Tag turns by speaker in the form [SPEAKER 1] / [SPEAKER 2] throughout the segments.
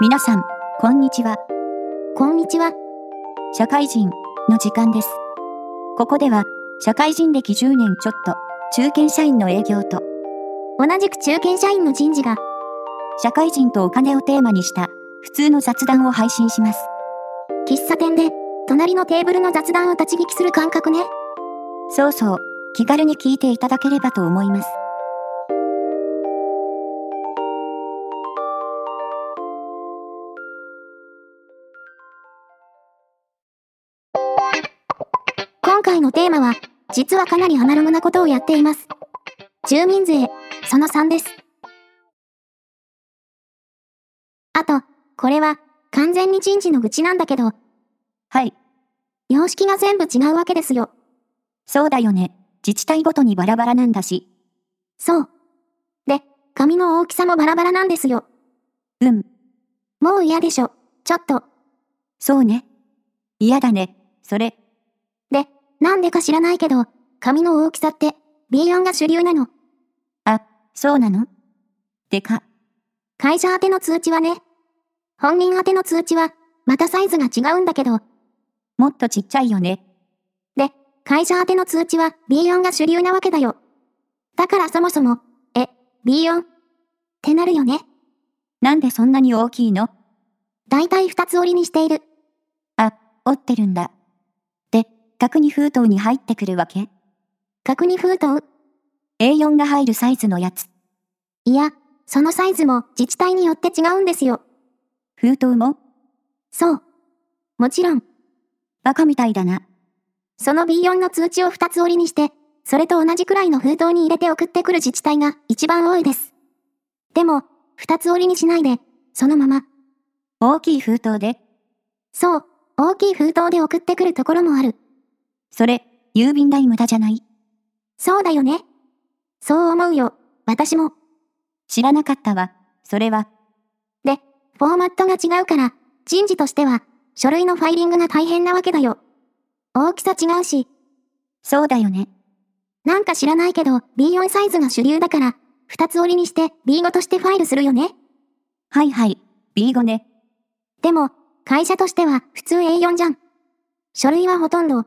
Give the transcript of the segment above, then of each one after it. [SPEAKER 1] 皆さん、こんにちは。
[SPEAKER 2] こんにちは。
[SPEAKER 1] 社会人の時間です。ここでは、社会人歴10年ちょっと、中堅社員の営業と、
[SPEAKER 2] 同じく中堅社員の人事が、
[SPEAKER 1] 社会人とお金をテーマにした、普通の雑談を配信します。
[SPEAKER 2] 喫茶店で、隣のテーブルの雑談を立ち聞きする感覚ね。
[SPEAKER 1] そうそう、気軽に聞いていただければと思います。
[SPEAKER 2] 今回のテーマは、実はかなりアナログなことをやっています。住民税、その3です。あと、これは、完全に人事の愚痴なんだけど、
[SPEAKER 1] はい、
[SPEAKER 2] 様式が全部違うわけですよ。
[SPEAKER 1] そうだよね。自治体ごとにバラバラなんだし。
[SPEAKER 2] そう。で、紙の大きさもバラバラなんですよ。
[SPEAKER 1] うん、
[SPEAKER 2] もう嫌でしょ。ちょっと。
[SPEAKER 1] そうね。嫌だね、それ。
[SPEAKER 2] で、なんでか知らないけど、紙の大きさって、B4 が主流なの。
[SPEAKER 1] あ、そうなのでか、
[SPEAKER 2] 会社宛ての通知はね。本人宛ての通知は、またサイズが違うんだけど、
[SPEAKER 1] もっとちっちゃいよね。
[SPEAKER 2] で、会社宛ての通知は B4 が主流なわけだよ。だからそもそも、え、B4? ってなるよね。
[SPEAKER 1] なんでそんなに大きいの
[SPEAKER 2] だいたい二つ折りにしている。
[SPEAKER 1] あ、折ってるんだ。で、額に封筒に入ってくるわけ
[SPEAKER 2] 角に封筒。
[SPEAKER 1] ?A4 が入るサイズのやつ。
[SPEAKER 2] いや、そのサイズも自治体によって違うんですよ。
[SPEAKER 1] 封筒も
[SPEAKER 2] そう。もちろん、
[SPEAKER 1] バカみたいだな。
[SPEAKER 2] その B4 の通知を二つ折りにして、それと同じくらいの封筒に入れて送ってくる自治体が一番多いです。でも、二つ折りにしないで、そのまま、
[SPEAKER 1] 大きい封筒で。
[SPEAKER 2] そう、大きい封筒で送ってくるところもある。
[SPEAKER 1] それ、郵便代無駄じゃない
[SPEAKER 2] そうだよね。そう思うよ、私も。
[SPEAKER 1] 知らなかったわ。それは、
[SPEAKER 2] で、フォーマットが違うから、人事としては、書類のファイリングが大変なわけだよ。大きさ違うし、
[SPEAKER 1] そうだよね。
[SPEAKER 2] なんか知らないけど、B4 サイズが主流だから、二つ折りにして B5 としてファイルするよね。
[SPEAKER 1] はいはい、B5 ね。
[SPEAKER 2] でも、会社としては普通 A4 じゃん。書類はほとんど、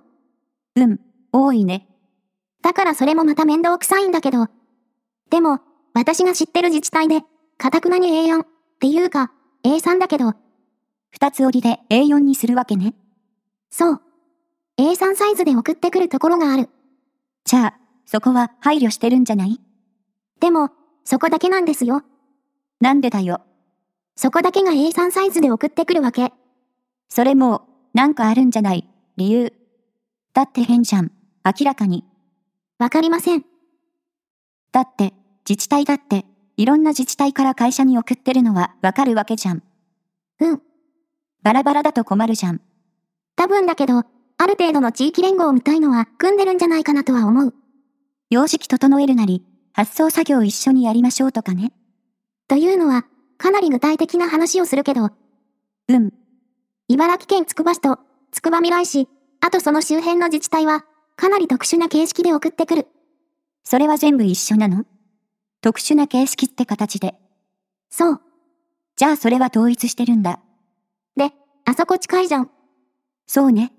[SPEAKER 1] うん、多いね。
[SPEAKER 2] だからそれもまた面倒くさいんだけど。でも、私が知ってる自治体で、かたくなに A4 っていうか、A3 だけど、
[SPEAKER 1] 二つ折りで A4 にするわけね。
[SPEAKER 2] そう。A3 サイズで送ってくるところがある。
[SPEAKER 1] じゃあ、そこは配慮してるんじゃない
[SPEAKER 2] でも、そこだけなんですよ。
[SPEAKER 1] なんでだよ。
[SPEAKER 2] そこだけが A3 サイズで送ってくるわけ。
[SPEAKER 1] それもう、なんかあるんじゃない理由。だって変じゃん。明らかに。
[SPEAKER 2] わかりません。
[SPEAKER 1] だって、自治体だって、いろんな自治体から会社に送ってるのはわかるわけじゃん。
[SPEAKER 2] うん。
[SPEAKER 1] バラバラだと困るじゃん。
[SPEAKER 2] 多分だけど、ある程度の地域連合みたいのは組んでるんじゃないかなとは思う。
[SPEAKER 1] 様式整えるなり、発送作業一緒にやりましょうとかね。
[SPEAKER 2] というのは、かなり具体的な話をするけど、
[SPEAKER 1] うん。
[SPEAKER 2] 茨城県つくば市と、つくばみらい市、あとその周辺の自治体は、かなり特殊な形式で送ってくる。
[SPEAKER 1] それは全部一緒なの特殊な形式って形で。
[SPEAKER 2] そう。
[SPEAKER 1] じゃあそれは統一してるんだ。
[SPEAKER 2] で、あそこ近いじゃん。
[SPEAKER 1] そうね。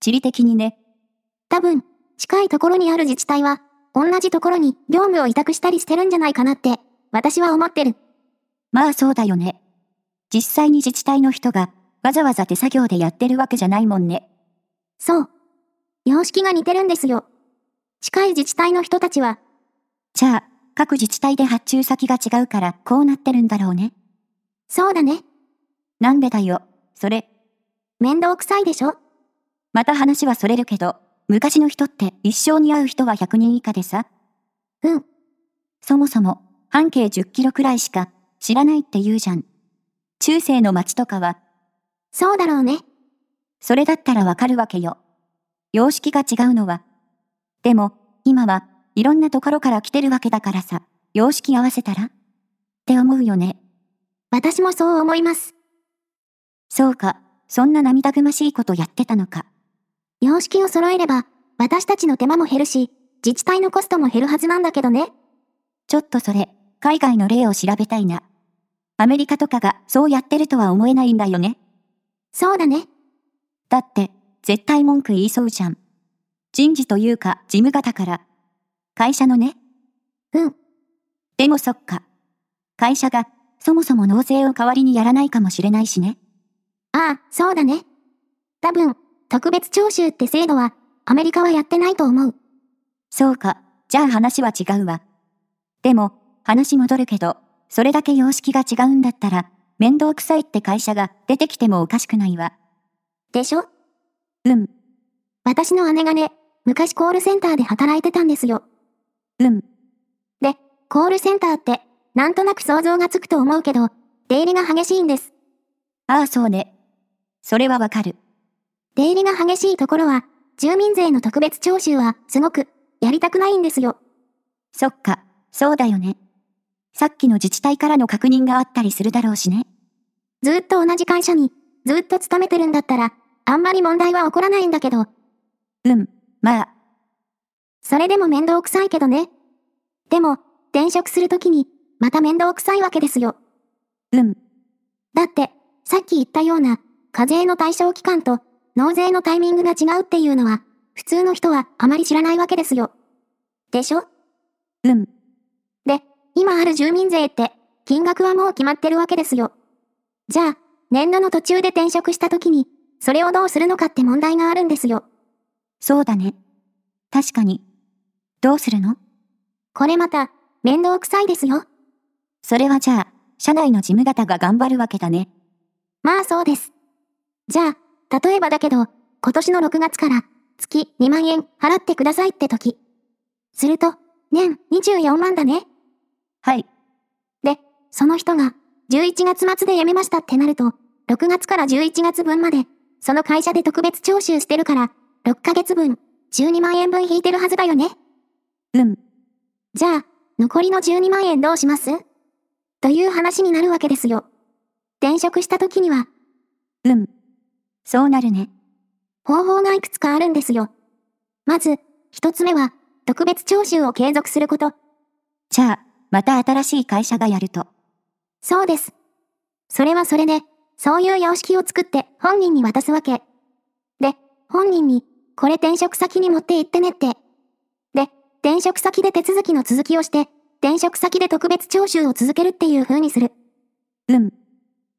[SPEAKER 1] 地理的にね。
[SPEAKER 2] 多分、近いところにある自治体は、同じところに業務を委託したりしてるんじゃないかなって、私は思ってる。
[SPEAKER 1] まあそうだよね。実際に自治体の人がわざわざ手作業でやってるわけじゃないもんね。
[SPEAKER 2] そう。様式が似てるんですよ。近い自治体の人たちは、
[SPEAKER 1] じゃあ、各自治体で発注先が違うからこうなってるんだろうね。
[SPEAKER 2] そうだね。
[SPEAKER 1] なんでだよ。それ、
[SPEAKER 2] 面倒くさいでしょ
[SPEAKER 1] また話はそれるけど、昔の人って一生に会う人は100人以下でさ。
[SPEAKER 2] うん。
[SPEAKER 1] そもそも、半径10キロくらいしか知らないって言うじゃん。中世の町とかは、
[SPEAKER 2] そうだろうね。
[SPEAKER 1] それだったらわかるわけよ。様式が違うのは。でも、今はいろんなところから来てるわけだからさ、様式合わせたらって思うよね。
[SPEAKER 2] 私もそう思います。
[SPEAKER 1] そうか、そんな涙ぐましいことやってたのか。
[SPEAKER 2] 様式を揃えれば、私たちの手間も減るし、自治体のコストも減るはずなんだけどね。
[SPEAKER 1] ちょっとそれ、海外の例を調べたいな。アメリカとかがそうやってるとは思えないんだよね。
[SPEAKER 2] そうだね。
[SPEAKER 1] だって、絶対文句言いそうじゃん。人事というか、事務方から。会社のね。
[SPEAKER 2] うん。
[SPEAKER 1] でもそっか。会社が、そもそも納税を代わりにやらないかもしれないしね。
[SPEAKER 2] ああ、そうだね。多分、特別徴収って制度は、アメリカはやってないと思う。
[SPEAKER 1] そうか、じゃあ話は違うわ。でも、話戻るけど、それだけ様式が違うんだったら、面倒くさいって会社が出てきてもおかしくないわ。
[SPEAKER 2] でしょ
[SPEAKER 1] うん、
[SPEAKER 2] 私の姉がね、昔コールセンターで働いてたんですよ。
[SPEAKER 1] うん、
[SPEAKER 2] で、コールセンターって、なんとなく想像がつくと思うけど、出入りが激しいんです。
[SPEAKER 1] ああそうね。それはわかる。
[SPEAKER 2] 出入りが激しいところは、住民税の特別徴収は、すごく、やりたくないんですよ。
[SPEAKER 1] そっか、そうだよね。さっきの自治体からの確認があったりするだろうしね。
[SPEAKER 2] ずーっと同じ会社に、ずーっと勤めてるんだったら、あんまり問題は起こらないんだけど、
[SPEAKER 1] うん、まあ、
[SPEAKER 2] それでも面倒くさいけどね。でも、転職するときに、また面倒くさいわけですよ。
[SPEAKER 1] うん、
[SPEAKER 2] だって、さっき言ったような、課税の対象期間と、納税のタイミングが違うっていうのは、普通の人はあまり知らないわけですよ。でしょ
[SPEAKER 1] うん、
[SPEAKER 2] で、今ある住民税って、金額はもう決まってるわけですよ。じゃあ、年度の途中で転職したときに、それをどうするのかって問題があるんですよ。
[SPEAKER 1] そうだね。確かに。どうするの
[SPEAKER 2] これまた、面倒くさいですよ。
[SPEAKER 1] それはじゃあ、社内の事務方が頑張るわけだね。
[SPEAKER 2] まあそうです。じゃあ、例えばだけど、今年の6月から月2万円払ってくださいって時。すると、年24万だね。
[SPEAKER 1] はい、
[SPEAKER 2] で、その人が11月末で辞めましたってなると、6月から11月分まで、その会社で特別徴収してるから、6ヶ月分、12万円分引いてるはずだよね。
[SPEAKER 1] うん、
[SPEAKER 2] じゃあ、残りの12万円どうしますという話になるわけですよ。転職した時には、
[SPEAKER 1] うん。そうなるね。
[SPEAKER 2] 方法がいくつかあるんですよ。まず、一つ目は、特別徴収を継続すること。
[SPEAKER 1] じゃあ、また新しい会社がやると。
[SPEAKER 2] そうです。それはそれで、そういう様式を作って本人に渡すわけ。で、本人に、これ転職先に持って行ってねって。で、転職先で手続きの続きをして、転職先で特別徴収を続けるっていう風にする。
[SPEAKER 1] うん、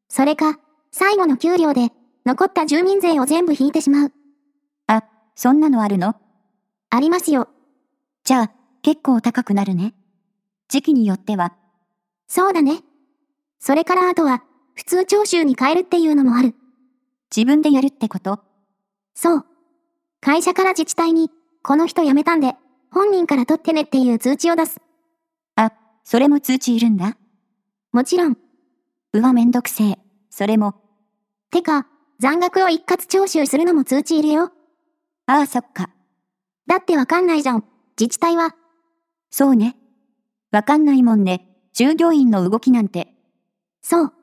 [SPEAKER 2] それか、最後の給料で、残った住民税を全部引いてしまう。
[SPEAKER 1] そんなのあるの
[SPEAKER 2] ありますよ。
[SPEAKER 1] じゃあ、結構高くなるね。時期によっては、
[SPEAKER 2] そうだね。それからあとは、普通徴収に変えるっていうのもある。
[SPEAKER 1] 自分でやるってこと
[SPEAKER 2] そう。会社から自治体に、この人辞めたんで、本人から取ってねっていう通知を出す。
[SPEAKER 1] あ、それも通知いるんだ。
[SPEAKER 2] もちろん。
[SPEAKER 1] うわ、めんどくせえ。それも、
[SPEAKER 2] てか、残額を一括徴収するのも通知いるよ。
[SPEAKER 1] ああ、そっか。
[SPEAKER 2] だってわかんないじゃん。自治体は、
[SPEAKER 1] そうね。わかんないもんね。従業員の動きなんて、
[SPEAKER 2] そう、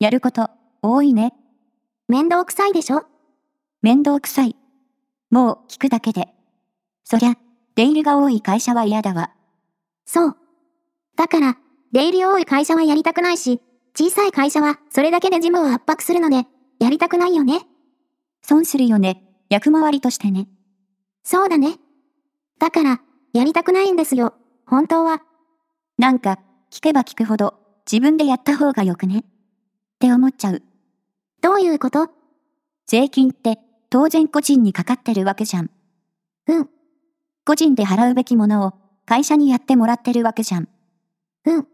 [SPEAKER 1] やること、多いね。
[SPEAKER 2] 面倒くさいでしょ
[SPEAKER 1] 面倒くさい。もう、聞くだけで。そりゃ、出入りが多い会社は嫌だわ。
[SPEAKER 2] そう。だから、出入り多い会社はやりたくないし、小さい会社はそれだけで事務を圧迫するので、やりたくないよね。
[SPEAKER 1] 損するよね。役回りとしてね。
[SPEAKER 2] そうだね。だから、やりたくないんですよ。本当は。
[SPEAKER 1] なんか、聞けば聞くほど、自分でやった方がよくね。って思っちゃう。
[SPEAKER 2] どういうこと
[SPEAKER 1] 税金って、当然個人にかかってるわけじゃん。
[SPEAKER 2] うん、
[SPEAKER 1] 個人で払うべきものを、会社にやってもらってるわけじゃん。
[SPEAKER 2] うん。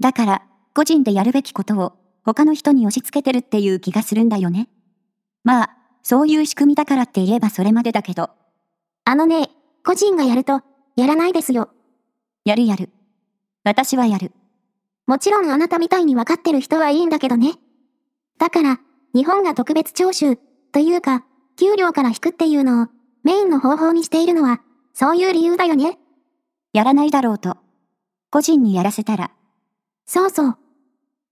[SPEAKER 1] だから、個人でやるべきことを、他の人に押し付けてるっていう気がするんだよね。まあ、そういう仕組みだからって言えばそれまでだけど、
[SPEAKER 2] あのね、個人がやると、やらないですよ。
[SPEAKER 1] やるやる。私はやる。
[SPEAKER 2] もちろんあなたみたいに分かってる人はいいんだけどね。だから、日本が特別徴収、というか、給料から引くっていうのを、メインの方法にしているのは、そういう理由だよね。
[SPEAKER 1] やらないだろうと。個人にやらせたら、
[SPEAKER 2] そうそう。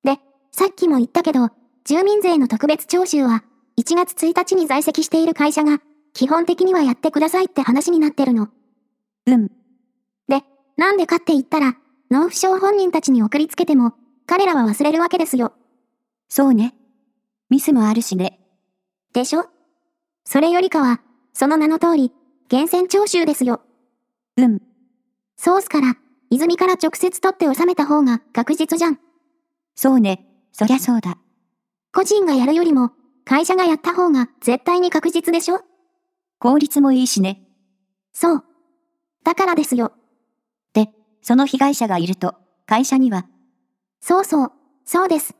[SPEAKER 2] で、さっきも言ったけど、住民税の特別徴収は、1月1日に在籍している会社が、基本的にはやってくださいって話になってるの。
[SPEAKER 1] うん、
[SPEAKER 2] で、なんでかって言ったら、納付書を本人たちに送りつけても、彼らは忘れるわけですよ。
[SPEAKER 1] そうね。ミスもあるしね。
[SPEAKER 2] でしょそれよりかは、その名の通り、源泉徴収ですよ。
[SPEAKER 1] うん。
[SPEAKER 2] ソースから、泉から直接取って収めた方が確実じゃん。
[SPEAKER 1] そうね。そりゃそうだ。
[SPEAKER 2] 個人がやるよりも、会社がやった方が絶対に確実でしょ
[SPEAKER 1] 効率もいいしね。
[SPEAKER 2] そう。だからですよ。
[SPEAKER 1] で、その被害者がいると、会社には、
[SPEAKER 2] そうそう、そうです。